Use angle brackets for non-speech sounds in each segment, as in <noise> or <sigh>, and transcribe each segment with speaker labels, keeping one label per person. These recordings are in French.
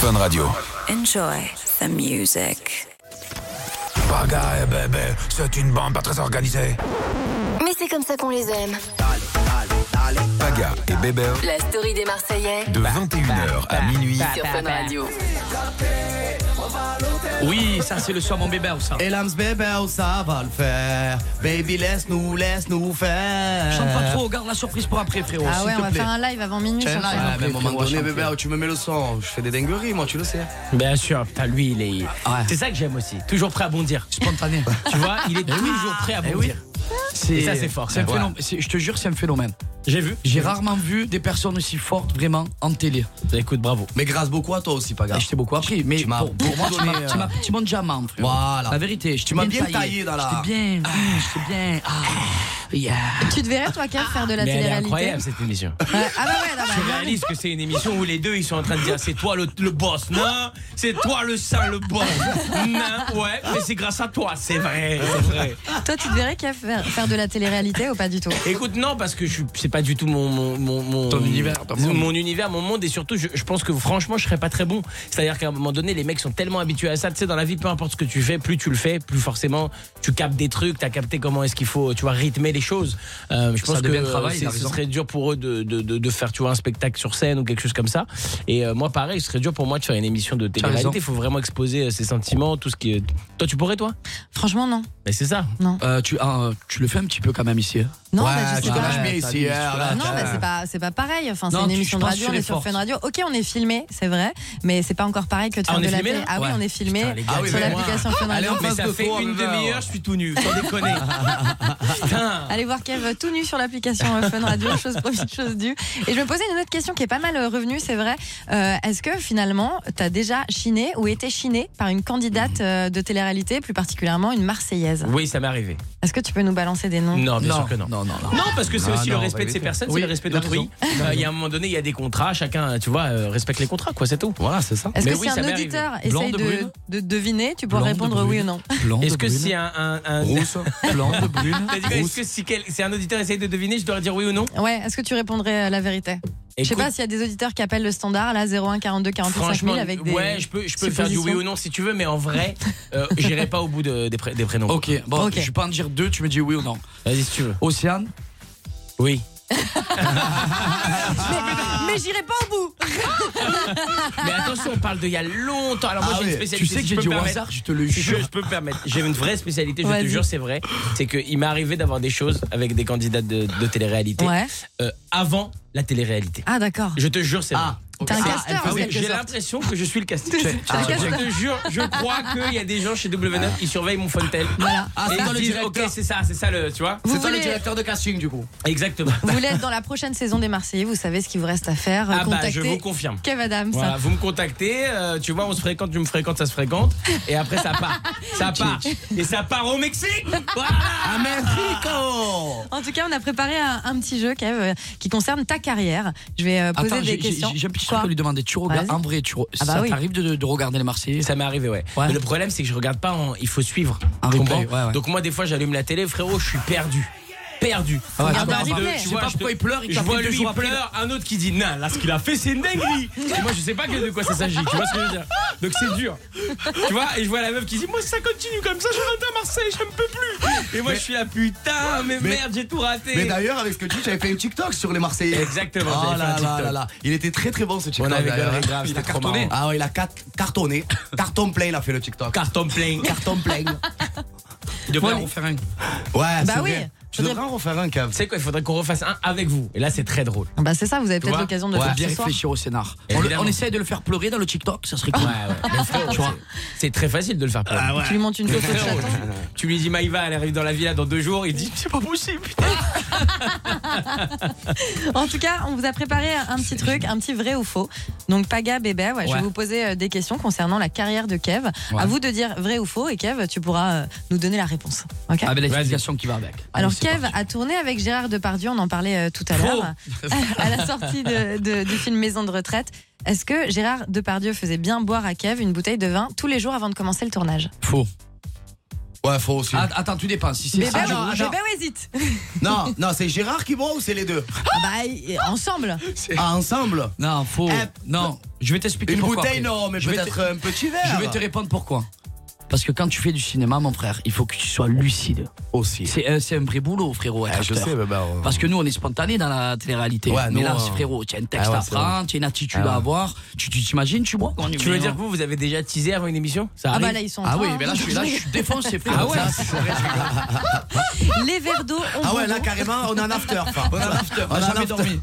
Speaker 1: Fun Radio.
Speaker 2: Enjoy the music.
Speaker 1: Bagaille, bébé, c'est une bande pas très organisée.
Speaker 3: Mais c'est comme ça qu'on les aime.
Speaker 1: Paga et Bébé,
Speaker 3: La story des Marseillais
Speaker 1: de 21h à minuit.
Speaker 3: sur Fun Radio.
Speaker 4: Oui, ça c'est le soir mon bébé ou
Speaker 5: Euh.
Speaker 4: ça.
Speaker 6: Et l'âme bébé, ça va le faire. Baby, laisse-nous, laisse-nous faire.
Speaker 4: Chante pas trop, garde la surprise pour après frérot.
Speaker 5: Ah
Speaker 4: s'il
Speaker 5: ouais,
Speaker 4: te
Speaker 5: on va
Speaker 4: plaît.
Speaker 5: faire un live avant minuit.
Speaker 6: Tiens,
Speaker 5: sur
Speaker 6: là,
Speaker 5: ça.
Speaker 6: à un
Speaker 4: Champion,
Speaker 6: moment donné,
Speaker 4: champion.
Speaker 6: bébé, tu me mets le sang. Je fais des dingueries, moi, tu le sais.
Speaker 7: Bien sûr, putain, lui, il est. C'est ça que j'aime aussi. Toujours prêt à bondir.
Speaker 4: Spontané.
Speaker 7: <laughs> Tu vois, il est toujours prêt à
Speaker 4: Eh
Speaker 7: bondir.
Speaker 4: C'est-
Speaker 7: Et ça, c'est fort.
Speaker 4: un
Speaker 7: Ouais.
Speaker 4: phénomène. C'est- Je te jure, c'est un phénomène.
Speaker 7: J'ai vu.
Speaker 4: J'ai rarement vu des personnes aussi fortes vraiment en télé.
Speaker 7: Bah, Écoute, bravo.
Speaker 6: Mais grâce beaucoup à toi aussi, Paga.
Speaker 4: Et Ah, je t'ai beaucoup appris, mais
Speaker 6: tu m'as
Speaker 4: pour, pour
Speaker 6: beaucoup
Speaker 7: <laughs>
Speaker 4: moi, tu
Speaker 6: donné,
Speaker 4: m'as-
Speaker 6: euh,
Speaker 4: tu m'as petit bon diamant, frère.
Speaker 6: Voilà.
Speaker 4: La vérité, je t'ai
Speaker 6: Tu m'as
Speaker 4: bien
Speaker 6: bien taillé dans la-
Speaker 4: Je t'ai bien, oui, je t'ai bien. Ah, yeah.
Speaker 5: Tu te verrais, toi, Kev, faire de la
Speaker 7: Mais elle est
Speaker 5: télé-réalité
Speaker 7: incroyable cette émission.
Speaker 5: Ouais. Ah bah ouais, non, bah,
Speaker 7: Je réalise que c'est une émission où les deux ils sont en train de dire c'est toi le, le boss, non C'est toi le sale le boss, non Ouais, mais c'est grâce à toi, c'est vrai, c'est vrai.
Speaker 5: bah. Toi, tu te verrais, Kev, faire, faire de la télé-réalité ou pas du tout
Speaker 7: Écoute, non, parce que je suis- c'est pas du tout mon, mon, mon, mon-
Speaker 4: Ton univers, ton monde.
Speaker 7: mon univers, mon monde, et surtout, je, je pense que franchement, je serais pas très bon. C'est-à-dire qu'à un moment donné, les mecs sont tellement habitués à ça. Tu sais, dans la vie, peu importe ce que tu fais, plus tu le fais, plus forcément tu captes des trucs, t'as capté comment est-ce qu'il faut, tu vois, rythmer les choses. Euh, je
Speaker 4: Ça
Speaker 7: pense que
Speaker 4: devient un travail,
Speaker 7: c'est-
Speaker 4: il a
Speaker 7: ce
Speaker 4: raison.
Speaker 7: serait dur pour eux de, de, de, de faire, tu vois, un spectacle sur scène ou quelque chose comme ça. Et euh, moi, pareil, ce serait dur pour moi de faire une émission de
Speaker 4: as raison.
Speaker 7: télé-réalité. Il faut vraiment exposer euh, ses sentiments, tout ce qui. est- Toi, tu pourrais, toi
Speaker 5: Franchement, non.
Speaker 7: Mais c'est ça.
Speaker 4: Euh, tu, ah, euh, tu le fais un petit peu quand même ici. hein.
Speaker 5: Non,
Speaker 6: Ouais,
Speaker 5: bah,
Speaker 6: tu
Speaker 5: justement.
Speaker 6: lâches bien
Speaker 4: Ouais, t'as
Speaker 6: ici.
Speaker 4: dit,
Speaker 6: hein,
Speaker 4: tu
Speaker 6: arrête,
Speaker 5: Non,
Speaker 7: Ah,
Speaker 6: hein.
Speaker 5: bah, c'est pas, c'est pas pareil. Enfin, c'est
Speaker 4: Non,
Speaker 5: une
Speaker 4: tu-
Speaker 5: émission
Speaker 4: je
Speaker 5: de
Speaker 4: pense
Speaker 5: radio,
Speaker 4: sur
Speaker 5: on
Speaker 4: les
Speaker 5: est sur
Speaker 4: forces.
Speaker 5: Fun Radio. Ok, on est filmé, c'est vrai, mais c'est pas encore pareil que de
Speaker 7: Ah,
Speaker 5: faire
Speaker 7: on
Speaker 5: de
Speaker 7: est
Speaker 5: la
Speaker 7: filmé,
Speaker 5: télé.
Speaker 7: là
Speaker 5: Ah oui,
Speaker 7: Ouais.
Speaker 5: on est filmé
Speaker 7: Putain, les gars,
Speaker 6: Ah oui,
Speaker 5: sur
Speaker 6: mais-
Speaker 5: l'application Fun
Speaker 6: Allez,
Speaker 5: Radio.
Speaker 6: on
Speaker 7: Mais
Speaker 6: passe
Speaker 7: ça
Speaker 6: de
Speaker 7: fait
Speaker 6: toi,
Speaker 7: une
Speaker 6: Bébert.
Speaker 7: demi-heure, je suis tout nu. Sans
Speaker 6: <laughs>
Speaker 7: déconner. Putain.
Speaker 5: Allez voir Kev tout nu sur l'application euh, Fun
Speaker 7: <laughs>
Speaker 5: Radio, chose promise, chose due. Et je me posais une autre question qui est pas mal euh, revenue, c'est vrai. Euh, Est-ce que finalement, tu as déjà chiné ou été chiné par une candidate euh, de télé-réalité, plus particulièrement une Marseillaise
Speaker 7: Oui, ça m'est arrivé.
Speaker 5: Est-ce que tu peux nous balancer des noms
Speaker 7: Non, bien sûr que non.
Speaker 4: non, non. non. bah
Speaker 7: Non, parce que c'est
Speaker 6: Ah
Speaker 7: aussi
Speaker 6: non,
Speaker 7: le respect de ces
Speaker 6: vérité.
Speaker 7: personnes,
Speaker 4: Oui,
Speaker 7: c'est le respect
Speaker 4: il a
Speaker 7: d'autrui.
Speaker 4: raison.
Speaker 7: Euh, Il y a un moment donné, il y a des contrats, chacun, tu vois, euh, respecte les contrats, quoi, c'est tout.
Speaker 4: Voilà, c'est ça.
Speaker 5: Est-ce que
Speaker 7: Mais
Speaker 5: si
Speaker 7: oui, ça
Speaker 5: un
Speaker 7: m'est
Speaker 5: auditeur
Speaker 7: arrivé.
Speaker 5: essaye
Speaker 4: Blonde,
Speaker 5: de,
Speaker 4: brune
Speaker 5: de deviner, tu pourras
Speaker 4: Blonde,
Speaker 5: répondre oui ou
Speaker 4: brune.
Speaker 5: non
Speaker 4: Blanc
Speaker 7: Est-ce
Speaker 4: de
Speaker 7: que
Speaker 4: brune,
Speaker 7: si un. un, un-
Speaker 4: rousse,
Speaker 6: <laughs>
Speaker 4: blanc de brune,
Speaker 7: T'as dit quoi Est-ce
Speaker 4: rousse.
Speaker 7: que si, quel- si un auditeur essaye de deviner, je dois dire oui ou non
Speaker 5: Ouais, est-ce que tu répondrais euh, la vérité Je sais
Speaker 7: Écoute,
Speaker 5: pas s'il y a des auditeurs qui appellent le standard, là, 01 42 48
Speaker 7: Franchement,
Speaker 5: 5000 avec des.
Speaker 7: ouais, je peux, je peux faire du oui
Speaker 5: suppositions.
Speaker 7: ou non si tu veux, mais en vrai, euh, j'irai pas au bout de- des, pré- des prénoms.
Speaker 4: Ok, bon,
Speaker 5: Ok.
Speaker 4: je vais pas en dire deux, tu me dis oui ou non.
Speaker 7: Vas-y si tu veux.
Speaker 4: Océane,
Speaker 7: Oui.
Speaker 5: Ah. Mais j'irai pas au bout
Speaker 7: Mais attention, on parle de il y a longtemps. Alors moi,
Speaker 4: Ah
Speaker 7: j'ai une
Speaker 4: ouais,
Speaker 7: spécialité.
Speaker 4: tu sais
Speaker 7: si
Speaker 4: que j'ai
Speaker 7: peux
Speaker 4: dit
Speaker 7: me
Speaker 4: au
Speaker 7: permettre.
Speaker 4: hasard, je te le
Speaker 7: Je,
Speaker 4: jure.
Speaker 7: je peux me permettre. J'ai une vraie spécialité, je te
Speaker 5: Vas-y.
Speaker 7: jure, c'est vrai. C'est qu'il m'est arrivé d'avoir des choses avec des candidats de, de télé-réalité
Speaker 5: Ouais.
Speaker 7: euh, avant la télé-réalité.
Speaker 5: Ah, d'accord.
Speaker 7: Je te jure, c'est vrai.
Speaker 4: Ah, ok.
Speaker 5: T'es un
Speaker 4: Ah,
Speaker 5: casteur,
Speaker 4: elle fait
Speaker 5: en
Speaker 7: Ah oui,
Speaker 5: quelque
Speaker 7: j'ai
Speaker 5: sorte.
Speaker 7: l'impression que je suis le casting.
Speaker 5: T'es- t'es un
Speaker 7: Ah, je
Speaker 5: casteur.
Speaker 7: te jure, je crois qu'il y a des gens chez W9 qui surveillent mon Fontel.
Speaker 5: Voilà.
Speaker 4: Ah,
Speaker 7: et
Speaker 4: c'est
Speaker 7: ils
Speaker 4: toi le
Speaker 7: disent, ok,
Speaker 4: directeur.
Speaker 7: c'est ça, c'est ça le, tu vois
Speaker 5: Vous
Speaker 4: C'est toi le
Speaker 5: voulez-
Speaker 4: directeur de casting du coup.
Speaker 7: Exactement.
Speaker 5: Vous voulez être dans la prochaine saison des Marseillais, vous savez ce qu'il vous reste à faire. euh,
Speaker 7: Ah bah, je
Speaker 5: contactez
Speaker 7: vous confirme.
Speaker 5: Kev Adams.
Speaker 7: Voilà, vous me contactez, euh, tu vois, on se fréquente, tu me fréquentes, ça se fréquente, et après ça part, ça part, et ça part au Mexique. Voilà.
Speaker 4: Ah, mais Rico
Speaker 5: En tout cas, on a préparé un, un petit jeu, Kev, euh, qui concerne ta carrière. Je vais euh, poser
Speaker 4: Attends,
Speaker 5: des
Speaker 4: j'ai- j'ai
Speaker 5: questions.
Speaker 4: j'ai un petit truc
Speaker 5: Quoi
Speaker 4: à lui demander. Tu regardes
Speaker 5: Vas-y.
Speaker 4: en vrai, tu re-
Speaker 5: Ah bah
Speaker 4: ça
Speaker 5: oui.
Speaker 4: t'arrive de, de regarder les Marseillais
Speaker 7: Ça m'est arrivé, ouais.
Speaker 4: Ouais.
Speaker 7: Mais le problème, c'est que je regarde pas en. Il faut suivre.
Speaker 4: En
Speaker 7: Tu
Speaker 4: replay,
Speaker 7: comprends
Speaker 4: ouais, ouais.
Speaker 7: Donc, moi, des fois, j'allume la télé, frérot, je suis perdu. Perdu.
Speaker 4: Ah ouais,
Speaker 7: Ah
Speaker 5: tu
Speaker 7: bah,
Speaker 5: comprends
Speaker 7: de-
Speaker 5: pas.
Speaker 7: tu
Speaker 4: Je sais
Speaker 7: vois,
Speaker 4: pas
Speaker 7: te-
Speaker 4: pourquoi il pleure, il
Speaker 7: Je
Speaker 4: tape
Speaker 7: vois
Speaker 4: les deux
Speaker 7: lui,
Speaker 4: jours
Speaker 7: il pleure, un autre qui dit, non, là, ce qu'il a fait, c'est une dinguerie. Et moi, je sais pas que- de quoi ça s'agit. Tu vois ce que je veux dire Donc, c'est dur. Tu vois, et je vois la meuf qui dit, moi, si ça continue comme ça, je rentre à Marseille, je ne peux plus. Et moi, je suis là, putain, mais,
Speaker 6: mais-
Speaker 7: merde, j'ai tout raté.
Speaker 6: Mais d'ailleurs, avec ce que tu dis, j'avais fait une TikTok sur les Marseillais.
Speaker 7: Exactement,
Speaker 6: Oh
Speaker 7: j'avais fait un
Speaker 6: là là
Speaker 7: TikTok.
Speaker 6: là là. Il était très très bon ce TikTok.
Speaker 7: On avait
Speaker 6: d'ailleurs.
Speaker 7: galéré grave,
Speaker 6: Il a
Speaker 7: c'était trop
Speaker 6: cartonné.
Speaker 7: marrant.
Speaker 6: Ah ouais, il a cat-
Speaker 7: <laughs>
Speaker 6: cartonné. Carton plein, il a fait le TikTok.
Speaker 7: Carton plein.
Speaker 6: Carton
Speaker 7: <laughs>
Speaker 6: plein.
Speaker 7: Il devrait en
Speaker 4: refaire un.
Speaker 6: Ouais,
Speaker 5: Bah
Speaker 6: c'est
Speaker 5: oui.
Speaker 6: vrai. Tu
Speaker 5: Faudrait-
Speaker 6: devrais en refaire un, Kev.
Speaker 7: Tu sais quoi, il faudrait qu'on refasse un avec vous. Et là, c'est très drôle.
Speaker 5: Bah, c'est ça, vous avez peut-être
Speaker 7: vois
Speaker 5: l'occasion de le
Speaker 4: Ouais,
Speaker 5: faire
Speaker 4: bien
Speaker 5: ce soir.
Speaker 4: réfléchir au scénar. On, le-
Speaker 7: Évidemment.
Speaker 4: on essaye de le faire pleurer dans le TikTok, ça serait cool.
Speaker 7: Mais frérot,
Speaker 4: Tu vois. Ah,
Speaker 7: c'est- C'est très facile de le faire pleurer.
Speaker 5: Tu lui montes une
Speaker 4: <laughs>
Speaker 5: photo de
Speaker 7: Frérot,
Speaker 5: chaton.
Speaker 7: tu- Tu lui dis Maïva, elle arrive dans la villa dans deux jours, il dit c'est pas possible, putain.
Speaker 5: En tout cas, on vous a préparé un petit truc, un petit vrai ou faux. Donc, Paga, bébé, ouais, je vais
Speaker 4: Ouais.
Speaker 5: vous poser euh, des questions concernant la carrière de Kev. À vous de dire vrai ou faux, et Kev, tu pourras euh, nous donner la réponse. Ok
Speaker 4: Avec Ah, l'explication qui va avec.
Speaker 5: Alors,
Speaker 7: Ah,
Speaker 4: Allez, c'est
Speaker 5: Kev
Speaker 4: parti.
Speaker 5: a tourné avec Gérard Depardieu, on en parlait euh, tout à l'heure, <laughs> à la sortie de- de- du film Maison de retraite. Est-ce que Gérard Depardieu faisait bien boire à Kev une bouteille de vin tous les jours avant de commencer le tournage
Speaker 4: Faux.
Speaker 6: Ouais, faut aussi.
Speaker 4: Ah, Attends, tu dépenses. Si c'est
Speaker 6: Eh
Speaker 5: Bébé,
Speaker 6: ben
Speaker 4: Ah,
Speaker 5: non,
Speaker 4: je-
Speaker 5: bébé, hésite
Speaker 6: Non, non, c'est Gérard qui boit ou c'est les deux
Speaker 5: Ah bah, et- et ensemble
Speaker 6: Ah, ensemble
Speaker 4: Non, faux.
Speaker 6: Eh,
Speaker 4: Non, Je vais t'expliquer
Speaker 6: Une
Speaker 4: pourquoi.
Speaker 6: bouteille,
Speaker 4: après.
Speaker 6: non, mais
Speaker 4: Je vais te-
Speaker 6: peut-être un petit verre.
Speaker 4: Je vais te répondre pourquoi. Parce que quand tu fais du cinéma, mon frère, il faut que tu sois lucide.
Speaker 6: aussi.
Speaker 4: C'est un, c'est un vrai boulot, frérot. être
Speaker 6: Ah, je
Speaker 4: acteur.
Speaker 6: sais, mais bon.
Speaker 4: Parce que nous, on est spontané dans la télé-réalité.
Speaker 6: Ouais,
Speaker 4: mais
Speaker 6: nous,
Speaker 4: là,
Speaker 6: on-
Speaker 4: frérot, tu as un texte
Speaker 6: Ah ouais,
Speaker 4: à
Speaker 6: c'est vrai.
Speaker 4: prendre, tu as une attitude
Speaker 6: Ah ouais.
Speaker 4: à avoir. Tu tu t'imagines, tu bois quand on y
Speaker 7: Tu veux
Speaker 4: vient.
Speaker 7: dire que vous, vous avez déjà teasé avant une émission Ça
Speaker 5: Ah bah
Speaker 7: arrive
Speaker 5: là, ils sont en
Speaker 4: Ah
Speaker 5: train,
Speaker 4: oui,
Speaker 5: hein.
Speaker 4: mais là, je suis, là, je <laughs> suis défoncé, frérot. Ça, c'est-
Speaker 5: Les verres d'eau ont
Speaker 6: Ah
Speaker 5: bon
Speaker 6: ouais, là
Speaker 5: goût.
Speaker 6: carrément, on est en after. enfin. On est en after.
Speaker 4: on
Speaker 6: est
Speaker 4: n'a
Speaker 6: en
Speaker 4: jamais
Speaker 6: after.
Speaker 4: dormi.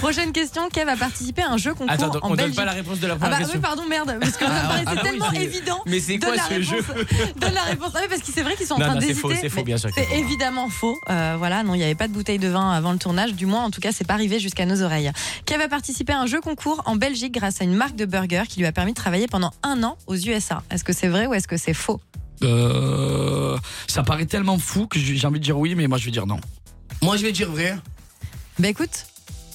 Speaker 5: Prochaine question, Kev a participé à un jeu concours
Speaker 7: Attends,
Speaker 5: en
Speaker 7: on donne
Speaker 5: Belgique.
Speaker 7: pas la réponse de la
Speaker 5: Ah
Speaker 7: première
Speaker 5: bah oui,
Speaker 7: question.
Speaker 5: pardon, merde, parce que ça me
Speaker 7: ah
Speaker 5: paraissait
Speaker 7: oui,
Speaker 5: tellement
Speaker 7: c'est-
Speaker 5: évident.
Speaker 7: Mais c'est
Speaker 5: Donne
Speaker 7: quoi
Speaker 5: la
Speaker 7: ce
Speaker 5: réponse.
Speaker 7: <laughs>
Speaker 5: Donne la réponse. Ah oui, parce que c'est vrai qu'ils sont en
Speaker 7: Non,
Speaker 5: train
Speaker 7: non, c'est
Speaker 5: d'hésiter.
Speaker 7: faux, c'est faux,
Speaker 5: mais
Speaker 7: bien sûr que
Speaker 5: C'est
Speaker 7: c'est faux.
Speaker 5: évidemment faux. Euh, voilà, non, il n'y avait pas de bouteille de vin avant le tournage, du moins, en tout cas, c'est pas arrivé jusqu'à nos oreilles. Kev a participé à un jeu concours en Belgique grâce à une marque de burger qui lui a permis de travailler pendant un an aux USA. Est-ce que c'est vrai ou est-ce que c'est faux
Speaker 4: Euh, ça paraît tellement fou que j'ai j'ai envie de dire oui, mais moi, je vais dire non.
Speaker 6: Moi je vais dire vrai.
Speaker 5: Bah écoute,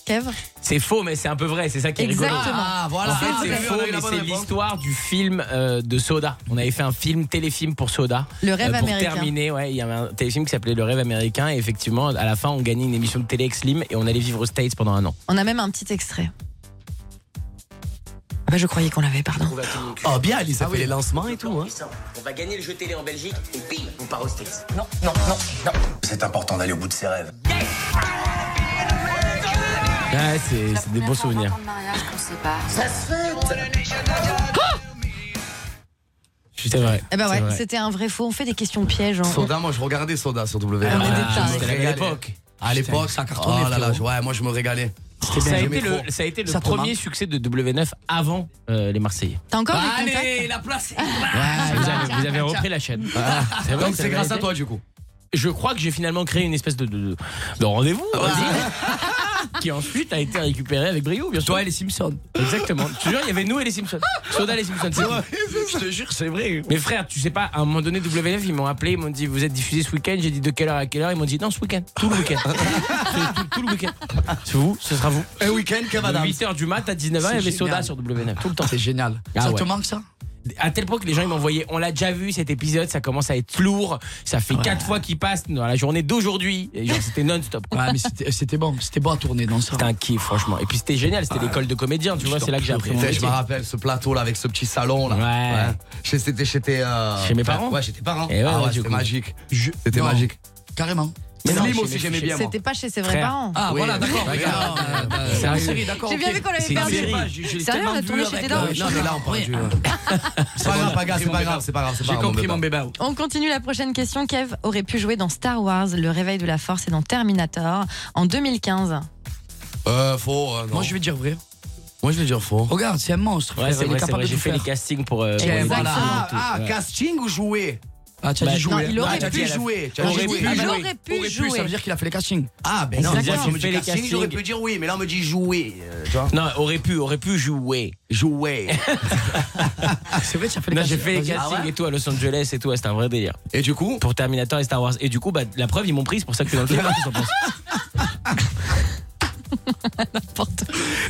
Speaker 5: Kev,
Speaker 7: C'est faux, mais c'est un peu vrai, c'est ça qui est rigolo.
Speaker 5: Exactement.
Speaker 6: Ah voilà.
Speaker 7: En fait, c'est
Speaker 6: Vous avez vu, on
Speaker 7: faux,
Speaker 6: a eu la
Speaker 7: mais
Speaker 6: bonne
Speaker 7: c'est
Speaker 6: réponse.
Speaker 7: l'histoire du film euh, de Soda. On avait fait un film, téléfilm pour Soda.
Speaker 5: le rêve
Speaker 7: Euh, pour
Speaker 5: américain.
Speaker 7: terminer, ouais, il y avait un téléfilm qui s'appelait Le rêve américain. Et effectivement, à la fin, on gagnait une émission de télé avec Slim et on allait vivre aux States pendant un an.
Speaker 5: On a même un petit extrait. Ah bah je croyais qu'on l'avait, pardon.
Speaker 6: Oh bien, Alice a fait les lancements et tout. hein.
Speaker 8: On va gagner le jeu télé en Belgique et bim, on part aux States.
Speaker 1: C'est important d'aller au bout de ses rêves.
Speaker 7: Ouais, c'est c'est des bons souvenirs. Ah C'est vrai.
Speaker 5: Eh ben
Speaker 7: c'est
Speaker 5: ouais,
Speaker 7: vrai.
Speaker 5: c'était un vrai faux. On fait des questions pièges. hein.
Speaker 6: Soda, moi je regardais Soda sur W.
Speaker 5: Ah, on est des
Speaker 6: je
Speaker 5: tarés.
Speaker 6: me
Speaker 7: C'était la
Speaker 6: régalais.
Speaker 7: belle époque.
Speaker 6: Ah, À l'époque,
Speaker 4: ça
Speaker 6: ça
Speaker 4: cartonnait,
Speaker 6: cartonnait. Oh là là,
Speaker 4: frérot.
Speaker 6: ouais, moi je me régalais.
Speaker 7: Ça
Speaker 6: Ah,
Speaker 7: a,
Speaker 6: bien.
Speaker 7: été
Speaker 6: Jamais
Speaker 7: le,
Speaker 6: faux.
Speaker 7: ça a été le
Speaker 4: Ça, Thomas.
Speaker 7: premier succès de W9 avant euh, les Marseillais.
Speaker 5: T'as encore des contacts
Speaker 4: Allez, la place est-
Speaker 7: vous, avez, vous avez repris la chaîne. Ah, C'est vrai,
Speaker 6: ah, Donc
Speaker 7: ça
Speaker 6: c'est
Speaker 7: avait
Speaker 6: grâce
Speaker 7: été.
Speaker 6: à toi du coup.
Speaker 7: Je crois que j'ai finalement créé une espèce de, de- de- de rendez-vous.
Speaker 4: Ah,
Speaker 7: vas-y. Qui ensuite a été récupéré avec brio, bien sûr.
Speaker 4: Toi et les Simpsons.
Speaker 7: Exactement. Je te jure, il y avait nous et les Simpsons. Soda et les Simpsons. c'est vrai. Je te jure, c'est vrai. Mais frère, tu sais pas, à un moment donné, W9, ils m'ont appelé, ils m'ont dit Vous êtes diffusé ce week-end J'ai dit De quelle heure à quelle heure Ils m'ont dit Non, ce week-end. Tout le week-end. C'est tout, tout le week-end. C'est vous, ce sera vous.
Speaker 6: Un week-end,
Speaker 7: De
Speaker 6: Cavadam.
Speaker 7: 8h du mat à 19h, il y
Speaker 4: C'est
Speaker 7: avait Soda
Speaker 4: génial.
Speaker 7: sur W9.
Speaker 4: Tout le temps. C'est génial.
Speaker 7: Ah
Speaker 4: ça
Speaker 7: ouais.
Speaker 4: te manque, ça
Speaker 7: À tel point que les gens ils m'envoyaient, on l'a déjà vu cet épisode, ça commence à être lourd, ça fait quatre fois qu'il passe dans la journée d'aujourd'hui. Et genre, C'était non-stop. quoi.
Speaker 4: Ouais, mais c'était c'était bon. C'était bon à tourner dans ça.
Speaker 7: C'était un kiff, franchement. Et puis c'était génial, c'était l'école de comédien, tu vois, c'est là que j'ai appris. mon
Speaker 6: Putain, je
Speaker 7: métier.
Speaker 6: me rappelle ce plateau là avec ce petit salon là.
Speaker 7: Ouais.
Speaker 6: Chez- C'était chez tes, euh,
Speaker 7: Chez mes
Speaker 6: frères.
Speaker 7: parents.
Speaker 6: Ouais, chez tes parents.
Speaker 7: Et ouais,
Speaker 6: ah
Speaker 7: ouais,
Speaker 6: ouais,
Speaker 7: du
Speaker 6: c'était
Speaker 7: coup.
Speaker 6: magique.
Speaker 4: Je-
Speaker 6: C'était
Speaker 4: Non,
Speaker 6: magique.
Speaker 4: Carrément.
Speaker 7: Mais non,
Speaker 6: Slim
Speaker 7: chez
Speaker 6: aussi,
Speaker 7: mes-
Speaker 6: j'aimais
Speaker 7: chez-
Speaker 6: bien moi.
Speaker 5: C'était pas chez ses vrais
Speaker 7: Frère.
Speaker 5: parents.
Speaker 4: Ah,
Speaker 6: Oui,
Speaker 4: voilà,
Speaker 6: oui,
Speaker 4: d'accord.
Speaker 6: regarde.
Speaker 4: regarde. Euh,
Speaker 7: Sérieux.
Speaker 4: euh, série, d'accord.
Speaker 5: J'ai bien
Speaker 4: ok.
Speaker 5: vu qu'on l'avait
Speaker 7: C'est une
Speaker 5: perdu.
Speaker 7: série.
Speaker 4: Sérieux,
Speaker 5: on a tourné chez Dedans.
Speaker 6: Non, mais là on parle du. C'est pas grave, pas grave, c'est pas grave, c'est pas grave. c'est pas
Speaker 4: J'ai
Speaker 6: grave,
Speaker 4: compris mon
Speaker 6: bébé.
Speaker 4: bébé.
Speaker 5: On continue la prochaine question. Kev aurait pu jouer dans Star Wars, Le Réveil de la Force et dans Terminator en 2015.
Speaker 6: Euh, faux. euh, non.
Speaker 4: Moi, je vais dire vrai.
Speaker 6: Moi, je vais dire faux.
Speaker 4: Regarde, c'est un monstre.
Speaker 7: Ouais,
Speaker 4: frère,
Speaker 7: c'est
Speaker 4: il
Speaker 7: vrai,
Speaker 4: est
Speaker 7: c'est
Speaker 4: capable
Speaker 7: vrai,
Speaker 4: de
Speaker 7: j'ai
Speaker 4: tout
Speaker 7: fait les
Speaker 4: faire.
Speaker 7: castings pour. euh, pour
Speaker 4: Tiens,
Speaker 7: les
Speaker 4: voilà.
Speaker 7: acteurs et
Speaker 6: Ah,
Speaker 7: tout,
Speaker 6: ah,
Speaker 7: ouais.
Speaker 6: casting ou jouer
Speaker 4: Ah, tu as
Speaker 7: Bah,
Speaker 4: dit
Speaker 5: Non,
Speaker 4: jouer.
Speaker 5: il
Speaker 6: Ah,
Speaker 5: aurait
Speaker 6: t'as
Speaker 5: pu
Speaker 6: dit
Speaker 5: jouer.
Speaker 6: jouer. tu as
Speaker 5: J'ai
Speaker 6: dit
Speaker 7: Aurait
Speaker 5: dit,
Speaker 6: jouer.
Speaker 7: pu
Speaker 5: ah, bah,
Speaker 7: jouer.
Speaker 5: aurait pu
Speaker 4: Aurait pu, ça
Speaker 5: jouer.
Speaker 4: veut dire qu'il a fait les castings.
Speaker 6: Ah, ben
Speaker 7: Exactement.
Speaker 6: non, moi, si on me
Speaker 7: J'ai fait
Speaker 6: dit
Speaker 7: les
Speaker 6: casting, j'aurais
Speaker 7: castings.
Speaker 6: pu dire oui, mais là, on me dit jouer. euh,
Speaker 4: ah,
Speaker 6: Tu vois
Speaker 7: Non, aurait pu, aurait pu jouer.
Speaker 6: Jouer.
Speaker 4: Ah, C'est vrai, tu as fait les ah
Speaker 7: Non, j'ai
Speaker 4: castings.
Speaker 7: fait les
Speaker 4: Vas-y.
Speaker 7: castings et tout à Los Angeles et tout, ouais, c'était un vrai délire.
Speaker 6: Et du coup
Speaker 7: Pour Terminator et Star Wars. Et du coup, bah, la preuve, ils m'ont pris, c'est pour ça que je suis dans le
Speaker 4: <laughs>
Speaker 7: film. Qu'est-ce que t'en penses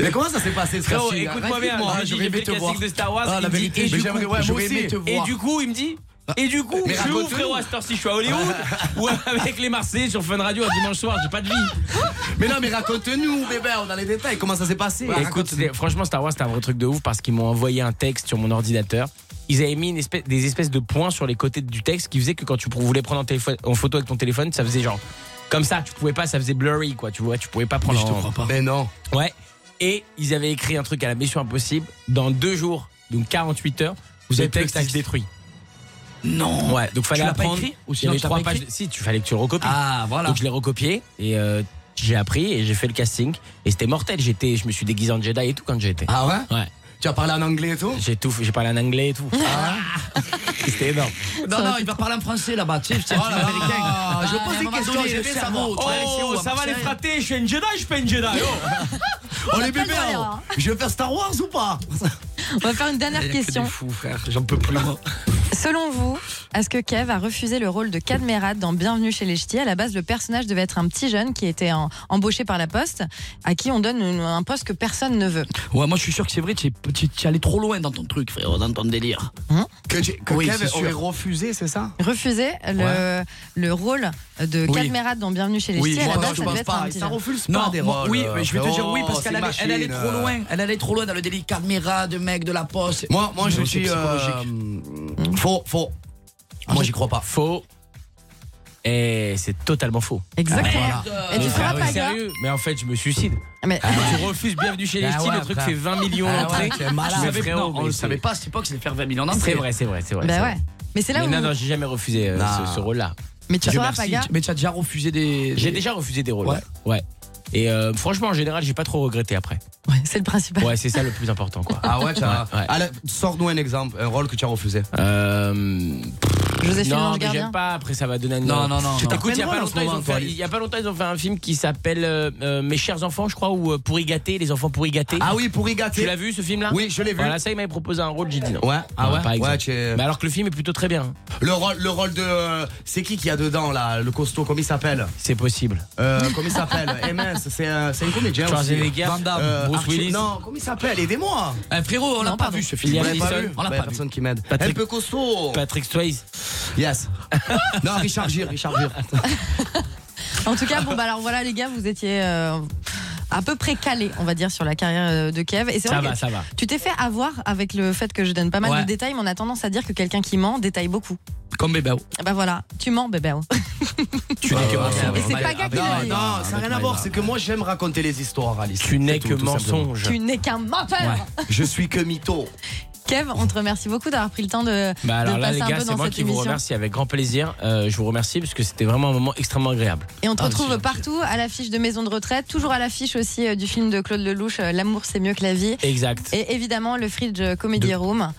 Speaker 6: Mais comment ça s'est passé ce
Speaker 7: Frérot,
Speaker 6: casting
Speaker 7: écoute-moi bien.
Speaker 6: Raconte-moi. Ah,
Speaker 7: je vais le
Speaker 6: te voir.
Speaker 7: casting de Star Wars.
Speaker 6: Ah,
Speaker 7: il
Speaker 6: la
Speaker 7: dit,
Speaker 6: vérité,
Speaker 7: et
Speaker 6: mais
Speaker 7: du
Speaker 6: j'aimerais-
Speaker 7: coup-
Speaker 6: ouais, moi
Speaker 7: j'aurais
Speaker 6: aussi.
Speaker 7: aimé te
Speaker 4: Et
Speaker 7: Et du coup, il me dit.
Speaker 4: Ah.
Speaker 7: Et du coup,
Speaker 6: Mais
Speaker 7: je suis où,
Speaker 6: raconte-nous.
Speaker 7: frérot, à cette heure-ci, je suis à
Speaker 4: <laughs>
Speaker 7: Hollywood ou avec les Marseillais sur Fun Radio un dimanche soir, j'ai pas de vie.
Speaker 6: Mais non, mais raconte-nous, bébé, on a les détails. Comment ça s'est passé
Speaker 7: Écoute, c'est- franchement, Star Wars, c'était un vrai truc de ouf parce qu'ils m'ont envoyé un texte sur mon ordinateur. Ils avaient mis une espèce, des espèces de points sur les côtés du texte qui faisaient que quand tu pou- voulais prendre en, téléphone, en photo avec ton téléphone, ça faisait genre. Comme ça, tu pouvais pas, ça faisait blurry, quoi, tu vois, tu pouvais pas prendre
Speaker 4: Je te
Speaker 7: en-
Speaker 4: crois pas.
Speaker 6: Mais non.
Speaker 7: Ouais. Et ils avaient écrit un truc à la Mission Impossible. Dans deux jours, donc 48 heures,
Speaker 4: Vous
Speaker 7: le
Speaker 4: avez plus le
Speaker 7: texte
Speaker 4: texte.
Speaker 7: détruit.
Speaker 4: Non.
Speaker 7: Ouais, donc fallait
Speaker 4: l'as pas
Speaker 7: apprendre.
Speaker 4: écrit Ou
Speaker 7: Il y
Speaker 4: sinon,
Speaker 7: avait
Speaker 4: tu l'as
Speaker 7: trois
Speaker 4: pas
Speaker 7: pages
Speaker 4: écrit
Speaker 7: de- Si, tu fallait que tu le recopies.
Speaker 4: Ah, voilà.
Speaker 7: Donc je l'ai recopié et euh, j'ai appris et j'ai fait le casting et c'était mortel. J'étais, je me suis déguisé en Jedi et tout quand j'étais.
Speaker 6: Ah ouais
Speaker 7: Ouais.
Speaker 6: Tu as parlé en anglais et tout
Speaker 7: J'ai tout, fait- j'ai parlé en anglais et tout. Ah. <laughs> c'était énorme.
Speaker 4: Non, non, il va parler en français là-bas. Tu sais, c'est un
Speaker 6: Oh
Speaker 4: film
Speaker 6: là là,
Speaker 4: américain. Ah,
Speaker 6: je Oh, pose
Speaker 4: à un
Speaker 6: des
Speaker 4: moment
Speaker 6: questions,
Speaker 4: donné,
Speaker 6: j'ai
Speaker 4: le
Speaker 6: des
Speaker 4: cerveau,
Speaker 6: sabots.
Speaker 4: tu vas laisser
Speaker 7: Oh,
Speaker 4: où, à Marseille
Speaker 7: frater, je suis une Jedi, je suis pas une Jedi.
Speaker 6: Oh les bébés
Speaker 5: pas le droit,
Speaker 6: oh.
Speaker 5: hein.
Speaker 6: Je vais faire Star Wars ou pas
Speaker 5: On va faire une dernière
Speaker 4: Il y a que des
Speaker 5: question.
Speaker 4: fous, frère. J'en peux plus, moi.
Speaker 5: Selon vous, est-ce que Kev a refusé le rôle de Cadmerade dans Bienvenue chez les Ch'tis À la base, le personnage devait être un petit jeune qui était en- embauché par la Poste, à qui on donne une- un poste que personne ne veut.
Speaker 4: Ouais, moi je suis sûr que c'est vrai, tu es, tu- tu es allé trop loin dans ton truc, frérot, dans ton délire.
Speaker 9: Que, j'ai- que
Speaker 4: Oui,
Speaker 9: Kev
Speaker 4: c'est sûr.
Speaker 9: aurait refusé, c'est ça
Speaker 5: Refuser le, le rôle de
Speaker 4: Oui.
Speaker 5: Cadmerade dans Bienvenue chez les
Speaker 4: Oui,
Speaker 5: Ch'tis, à la
Speaker 4: moi,
Speaker 5: base,
Speaker 4: je
Speaker 5: ça
Speaker 4: pense
Speaker 5: devait être un petit
Speaker 9: Ça
Speaker 5: jeune.
Speaker 9: refuse
Speaker 4: Non,
Speaker 9: pas des
Speaker 4: moi-
Speaker 9: rôles.
Speaker 4: oui,
Speaker 6: euh,
Speaker 4: mais je vais te dire oui parce
Speaker 9: Oh,
Speaker 4: qu'elle
Speaker 9: c'est
Speaker 4: allait, elle allait
Speaker 9: machine,
Speaker 4: trop
Speaker 9: euh.
Speaker 4: loin. Elle allait trop loin dans le délire Cadmera, de mec, de la poste.
Speaker 6: Moi, moi je
Speaker 4: Non, c'est
Speaker 6: dis. euh, faux, faux.
Speaker 4: Ah,
Speaker 6: Moi, j'y crois pas.
Speaker 7: Faux. Et Eh, c'est totalement faux.
Speaker 5: Exactement. Et Eh, tu seras
Speaker 7: Ah ouais,
Speaker 5: pas gars. Ah,
Speaker 7: sérieux Ah, Mais en fait, je me suicide.
Speaker 5: Mais-
Speaker 7: Tu refuses bienvenue chez les
Speaker 6: Ah
Speaker 7: Ch'tis,
Speaker 6: ouais,
Speaker 7: le truc
Speaker 6: grave.
Speaker 7: fait 20 millions
Speaker 6: Ah ouais,
Speaker 7: d'entrées.
Speaker 6: tu es malade.
Speaker 7: Mais
Speaker 4: savait-
Speaker 7: frérot,
Speaker 4: non, on
Speaker 7: mais
Speaker 4: le
Speaker 7: c'est-
Speaker 4: savait pas à cette époque, c'est de faire 20 millions d'entrées.
Speaker 7: C'est vrai, c'est vrai, c'est vrai. c'est
Speaker 5: Bah
Speaker 7: vrai.
Speaker 5: ouais. Mais c'est là
Speaker 7: Mais
Speaker 5: où.
Speaker 7: non, non, j'ai jamais refusé euh,
Speaker 6: Non.
Speaker 7: ce, ce rôle-là.
Speaker 5: mais tu
Speaker 4: Dieu
Speaker 5: seras
Speaker 4: merci.
Speaker 5: pas gars.
Speaker 4: Tu- Mais tu as déjà refusé des.
Speaker 7: J'ai
Speaker 4: des-
Speaker 7: déjà refusé des rôles.
Speaker 4: Ouais.
Speaker 7: Ouais. ouais. Et euh, franchement, en général, j'ai pas trop regretté après.
Speaker 5: Ouais, c'est le principal.
Speaker 7: Ouais, c'est ça le plus important,
Speaker 6: <laughs>
Speaker 7: quoi.
Speaker 6: Ah ouais, tu as-
Speaker 7: Ouais, ouais.
Speaker 6: Allez, Sors-nous un exemple, un rôle que tu as refusé.
Speaker 7: Euh,
Speaker 5: Joséphine
Speaker 7: non,
Speaker 5: Ange
Speaker 7: mais
Speaker 5: Gardien.
Speaker 7: j'aime pas. Après, ça va donner un.
Speaker 4: Non, non, non.
Speaker 7: Tu
Speaker 4: non.
Speaker 7: t'écoutes, il y a pas
Speaker 6: Plein
Speaker 7: longtemps,
Speaker 6: de rôles en ce
Speaker 7: ils ont
Speaker 6: moment,
Speaker 7: fait-
Speaker 6: toi,
Speaker 7: il y a pas longtemps, ils ont fait un film qui s'appelle euh, euh, Mes chers enfants, je crois, ou euh, Pourri gâté, les enfants pourri gâtés.
Speaker 6: Ah oui, pour y
Speaker 7: tu
Speaker 6: gâter.
Speaker 7: l'as vu ce film-là
Speaker 6: Oui, je l'ai vu.
Speaker 7: Voilà, ça, il m'avait proposé un rôle, j'ai dit non.
Speaker 6: Ouais, ah
Speaker 7: Ouais,
Speaker 6: ouais,
Speaker 7: par exemple.
Speaker 6: ouais, tu es-
Speaker 4: Bah-
Speaker 7: Mais alors que le film est plutôt très bien,
Speaker 6: le, rôle, le rôle de. euh, C'est qui qui a dedans là Le costaud, comment il s'appelle
Speaker 7: c'est possible.
Speaker 6: Euh, Comment il s'appelle Eh mince, c'est un, c'est un comédien. aussi.
Speaker 7: Schwarzenegger,
Speaker 6: Van Damme,
Speaker 7: euh, Bruce
Speaker 6: Archie-
Speaker 7: Willis.
Speaker 6: Non, comment il s'appelle Aidez-moi
Speaker 4: Eh, frérot, on l'a pas vu ce film.
Speaker 7: Liam
Speaker 6: On l'a pas
Speaker 7: Neeson.
Speaker 6: vu.
Speaker 4: On l'a
Speaker 6: Bah,
Speaker 4: pas vu.
Speaker 6: personne qui m'aide.
Speaker 7: Patrick-
Speaker 6: Un peu costaud
Speaker 7: Patrick Swayze.
Speaker 6: Yes. non, Richard Gere, Richard Gere.
Speaker 5: En tout cas, bon, bah alors voilà, les gars, vous étiez euh, à peu près calés, on va dire, sur la carrière euh, de Kev. Et c'est
Speaker 7: Ça
Speaker 5: vrai
Speaker 7: va,
Speaker 5: que
Speaker 7: ça va.
Speaker 5: tu t'es fait avoir avec le fait que je donne pas mal
Speaker 4: Ouais.
Speaker 5: de détails, mais on a tendance à dire que quelqu'un qui ment détaille beaucoup.
Speaker 4: Comme bébé.
Speaker 5: Ah Bah voilà, tu mens, bébé.
Speaker 7: Tu n'es que
Speaker 6: Euh,
Speaker 7: mensonge.
Speaker 5: Et c'est pas gars qui
Speaker 6: Non,
Speaker 5: l'a dit.
Speaker 6: non, ça n'a rien à voir. C'est que moi, j'aime raconter les histoires, Alice.
Speaker 7: Tu n'es
Speaker 6: C'est tout,
Speaker 7: que
Speaker 6: tout simplement.
Speaker 7: mensonge.
Speaker 5: <laughs> Tu n'es qu'un menteur.
Speaker 6: Je suis que mytho.
Speaker 5: Kev, on te remercie beaucoup d'avoir pris le temps de,
Speaker 7: Bah
Speaker 5: de
Speaker 7: alors là,
Speaker 5: passer
Speaker 7: les
Speaker 5: un
Speaker 7: gars,
Speaker 5: peu
Speaker 7: c'est
Speaker 5: dans
Speaker 7: moi
Speaker 5: cette
Speaker 7: qui vous
Speaker 5: émission.
Speaker 7: remercie avec grand plaisir. Euh, je vous remercie parce que c'était vraiment un moment extrêmement agréable.
Speaker 5: Et on te
Speaker 4: Ah,
Speaker 5: retrouve
Speaker 4: c'est
Speaker 5: partout, à l'affiche de Maison de Retraite, toujours à l'affiche aussi euh, du film de Claude Lelouch, euh, L'amour c'est mieux que la vie.
Speaker 7: Exact.
Speaker 5: Et évidemment, le Fridge Comedy Room,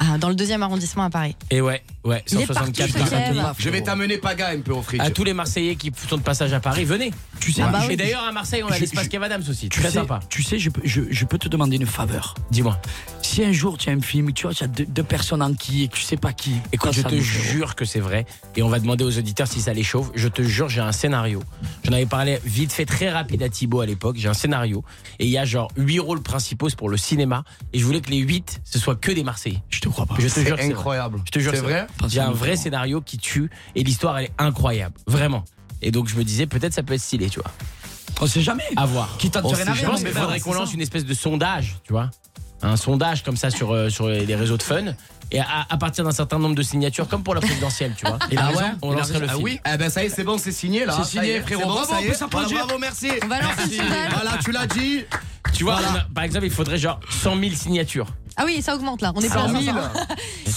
Speaker 5: ah, dans le deuxième arrondissement à Paris.
Speaker 7: Et ouais, ouais,
Speaker 5: Il est partout,
Speaker 7: 164
Speaker 5: ce
Speaker 7: par-
Speaker 5: Kev.
Speaker 6: Je vais t'amener Paga un peu au fridge.
Speaker 7: À tous les Marseillais qui sont de passage à Paris, venez.
Speaker 4: Tu sais,
Speaker 5: Ah bah
Speaker 4: je-
Speaker 5: oui.
Speaker 7: Et d'ailleurs, à Marseille, on a
Speaker 4: Je-
Speaker 7: l'espace
Speaker 4: je-
Speaker 7: Cavadams aussi.
Speaker 4: tu
Speaker 7: Très
Speaker 4: sais,
Speaker 7: sympa.
Speaker 4: tu sais, je peux- je- je peux te demander une faveur.
Speaker 7: Dis-moi.
Speaker 4: Si un jour tu as un film, tu vois, tu as deux, deux personnes en qui et que tu sais pas qui.
Speaker 7: Écoute,
Speaker 4: ça,
Speaker 7: je
Speaker 4: ça
Speaker 7: te
Speaker 4: me-
Speaker 7: jure que c'est vrai. Et on va demander aux auditeurs si ça les chauffe. Je te jure, j'ai un scénario. J'en avais parlé vite fait, très rapide à Thibaut à l'époque. J'ai un scénario. Et il y a genre huit rôles principaux c'est pour le cinéma. Et je voulais que les huit ce soit que des Marseillais.
Speaker 4: Je te crois pas.
Speaker 7: Je te jure. que
Speaker 6: Ah, C'est
Speaker 7: c'est vrai.
Speaker 6: incroyable.
Speaker 7: Je te jure.
Speaker 6: C'est vrai
Speaker 7: J'ai un vrai scénario qui tue. Et l'histoire, elle est incroyable. Vraiment. Et donc, je me disais, peut-être ça peut être stylé, tu vois.
Speaker 4: On sait jamais.
Speaker 7: À voir.
Speaker 4: Qui tente
Speaker 7: On
Speaker 4: de
Speaker 7: sait
Speaker 4: rien à
Speaker 7: jamais.
Speaker 4: rien,
Speaker 7: Je pense qu'il
Speaker 4: mais
Speaker 7: faudrait
Speaker 4: bon,
Speaker 7: qu'on
Speaker 4: c'est
Speaker 7: lance
Speaker 4: ça.
Speaker 7: une espèce de sondage, tu vois. Un sondage comme ça sur, euh, sur les les réseaux de fun. Et à, à partir d'un certain nombre de signatures, comme pour la présidentielle, tu vois.
Speaker 4: <laughs> Il a raison,
Speaker 7: on
Speaker 4: il a
Speaker 7: lancerait
Speaker 4: raison.
Speaker 7: le
Speaker 4: Ah
Speaker 7: film.
Speaker 4: oui.
Speaker 6: Eh ben ça y est, c'est bon, c'est signé là.
Speaker 4: C'est
Speaker 6: Ça y
Speaker 4: signé,
Speaker 6: est,
Speaker 4: frérot.
Speaker 6: c'est bon,
Speaker 4: Bravo,
Speaker 6: ça
Speaker 4: on
Speaker 6: y
Speaker 4: peut
Speaker 6: est. Voilà,
Speaker 4: s'applaudir.
Speaker 6: Bravo, merci.
Speaker 5: On va lancer le sondage.
Speaker 6: Voilà, tu l'as dit.
Speaker 7: Tu vois, on a- par exemple, il faudrait genre 100 000 signatures.
Speaker 5: Ah oui, ça augmente là. On est pas à
Speaker 6: 100
Speaker 5: 500.
Speaker 6: 000.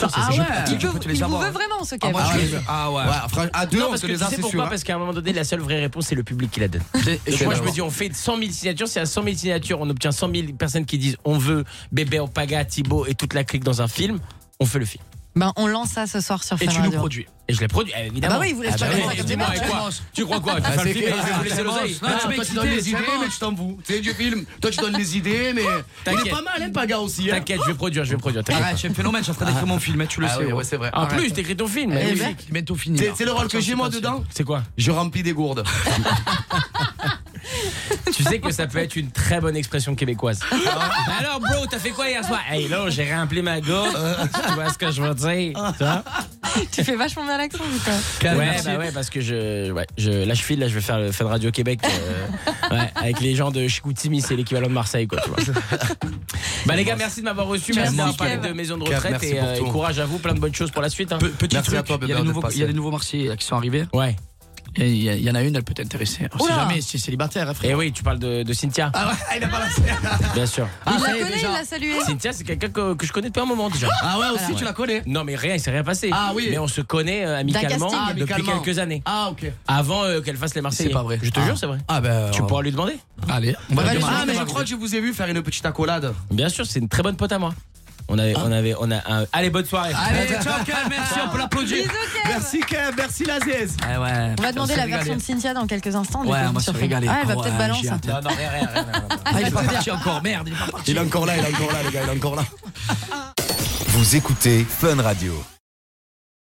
Speaker 7: Ah ouais.
Speaker 5: Il, veut,
Speaker 6: tu les
Speaker 5: il vous
Speaker 6: avoir.
Speaker 5: veut vraiment
Speaker 4: hein.
Speaker 5: ce
Speaker 6: Ah,
Speaker 5: Kev.
Speaker 6: moi, je les- ah ouais. ouais franch- à deux,
Speaker 7: Non,
Speaker 6: on
Speaker 7: parce
Speaker 6: se
Speaker 7: que tu
Speaker 6: les a,
Speaker 7: sais
Speaker 6: c'est
Speaker 7: pourquoi
Speaker 6: sûr. hein.
Speaker 7: Parce qu'à un moment donné, la seule vraie réponse, <laughs> c'est le public qui la donne. Donc moi, je me dis, on fait 100 000 signatures, c'est à 100 000 signatures, on obtient 100 000 personnes qui disent on veut Bébé Opaga, Thibaut et toute la clique dans un film, on fait le film.
Speaker 5: Ben, on lance ça ce soir sur
Speaker 4: Et
Speaker 5: Fun
Speaker 4: tu nous
Speaker 5: Radio.
Speaker 4: produis.
Speaker 7: Et je l'ai produit, eh, évidemment.
Speaker 5: Ah bah oui, vous laissez pas
Speaker 7: bah
Speaker 5: les
Speaker 7: oui,
Speaker 5: droits,
Speaker 7: mais
Speaker 5: évidemment.
Speaker 7: moi, avec quoi Tu crois quoi Tu vas
Speaker 6: Ah,
Speaker 7: faire le
Speaker 6: c'est
Speaker 7: film et je vais vous laisser l'oseille.
Speaker 4: Non, tu
Speaker 6: Ah,
Speaker 4: m'as
Speaker 6: toi, tu donnes
Speaker 4: excité,
Speaker 6: les
Speaker 4: c'est
Speaker 6: idées,
Speaker 4: bon.
Speaker 6: mais tu t'en fous. C'est du film. Toi, tu donnes les idées, mais. Il est
Speaker 7: T'inquiète.
Speaker 6: pas mal, hein, Paga aussi. hein.
Speaker 7: T'inquiète, je vais produire, je vais produire. t'inquiète
Speaker 4: Arrête, c'est un phénomène, ça ferait d'écrire mon film, hein, tu le
Speaker 6: Ah
Speaker 4: sais.
Speaker 6: oui,
Speaker 4: ouais.
Speaker 6: ouais, c'est vrai.
Speaker 7: pas. En plus, t'écris ton film.
Speaker 4: Eh
Speaker 7: magnifique.
Speaker 4: ben, c'est bientôt fini.
Speaker 6: C'est
Speaker 4: là.
Speaker 6: c'est Ah, le rôle que j'ai moi
Speaker 4: C'est
Speaker 6: dedans
Speaker 7: C'est quoi
Speaker 6: Je remplis des gourdes.
Speaker 7: Tu sais que ça peut être une très bonne expression
Speaker 5: <laughs>
Speaker 7: québécoise. Alors, bro, t'as fait quoi hier soir Hey, là, j'ai rempli ma gourde.
Speaker 5: Euh.
Speaker 7: tu vois ce que je veux dire Tu vois
Speaker 5: Tu fais vachement bien l'accent, du coup.
Speaker 7: Ouais, bah ouais, parce que je, ouais, je, là, je file, là, je vais faire le Fun Radio Québec euh, ouais, avec les gens de Chicoutimi, c'est l'équivalent de Marseille, quoi. Tu vois. bah, les gars, merci de m'avoir reçu. Merci
Speaker 5: Merci,
Speaker 7: d'avoir parlé
Speaker 5: Kev.
Speaker 7: de maison de
Speaker 6: Kev,
Speaker 7: retraite
Speaker 6: merci
Speaker 7: et,
Speaker 6: pour
Speaker 7: euh, et
Speaker 6: tout.
Speaker 7: courage à vous, plein de bonnes choses pour la suite. hein.
Speaker 4: Pe- petit
Speaker 6: Merci
Speaker 4: truc,
Speaker 6: à toi, Bébé,
Speaker 4: il, y a des
Speaker 6: d'être
Speaker 4: nouveaux,
Speaker 6: passé.
Speaker 4: il y a des nouveaux Marseillais là, qui sont arrivés.
Speaker 7: Ouais.
Speaker 4: Et il y, a- il y en a une, elle peut t'intéresser. On sait
Speaker 5: Oula.
Speaker 4: jamais si c'est célibataire, hein, frère.
Speaker 7: Et Eh oui, tu parles de, de Cynthia.
Speaker 6: Ah ouais, il a pas la
Speaker 7: Bien sûr.
Speaker 4: Ah,
Speaker 5: Il la connaît, il l'a salué.
Speaker 7: Cynthia, c'est quelqu'un que, que je connais depuis un moment déjà.
Speaker 6: Ah ouais, aussi, tu la connais
Speaker 7: Non, mais rien, il s'est rien passé.
Speaker 6: Ah oui.
Speaker 7: Mais on se connaît euh, amicalement
Speaker 5: casting.
Speaker 7: depuis
Speaker 6: Amicalement.
Speaker 7: quelques années.
Speaker 6: Ah, ok.
Speaker 7: Avant euh, qu'elle fasse les Marseillais.
Speaker 4: C'est pas vrai.
Speaker 7: Je te
Speaker 4: Ah.
Speaker 7: jure, c'est vrai.
Speaker 6: Ah, ben.
Speaker 7: Tu pourras lui demander.
Speaker 4: Allez, on va
Speaker 5: va
Speaker 4: le
Speaker 5: lui
Speaker 4: demander.
Speaker 6: Ah, mais je crois que je vous ai vu faire une petite accolade.
Speaker 7: Bien sûr, c'est une très bonne pote à moi. On avait, on avait, on a. un- Allez, bonne soirée.
Speaker 4: Allez, ciao, Cal,
Speaker 6: <laughs>
Speaker 4: merci, on peut l'applaudir.
Speaker 5: Bisous, Kev.
Speaker 6: Merci, Kev. Merci, Lazès.
Speaker 4: Eh ouais,
Speaker 5: On va demander la version de Cynthia dans quelques instants. du
Speaker 4: Ouais,
Speaker 5: coup,
Speaker 4: on va se
Speaker 5: sur Fun.
Speaker 4: régaler.
Speaker 5: Ah, elle va
Speaker 4: Ah
Speaker 5: peut-être
Speaker 4: ouais,
Speaker 5: balance.
Speaker 4: j'ai hâte.
Speaker 7: Non, non, rien, rien, rien, rien.
Speaker 4: Ah, il est pas parti encore, merde, il est pas parti.
Speaker 6: Il est encore là, il est encore là, les gars, il est encore là.
Speaker 1: Vous écoutez Fun Radio.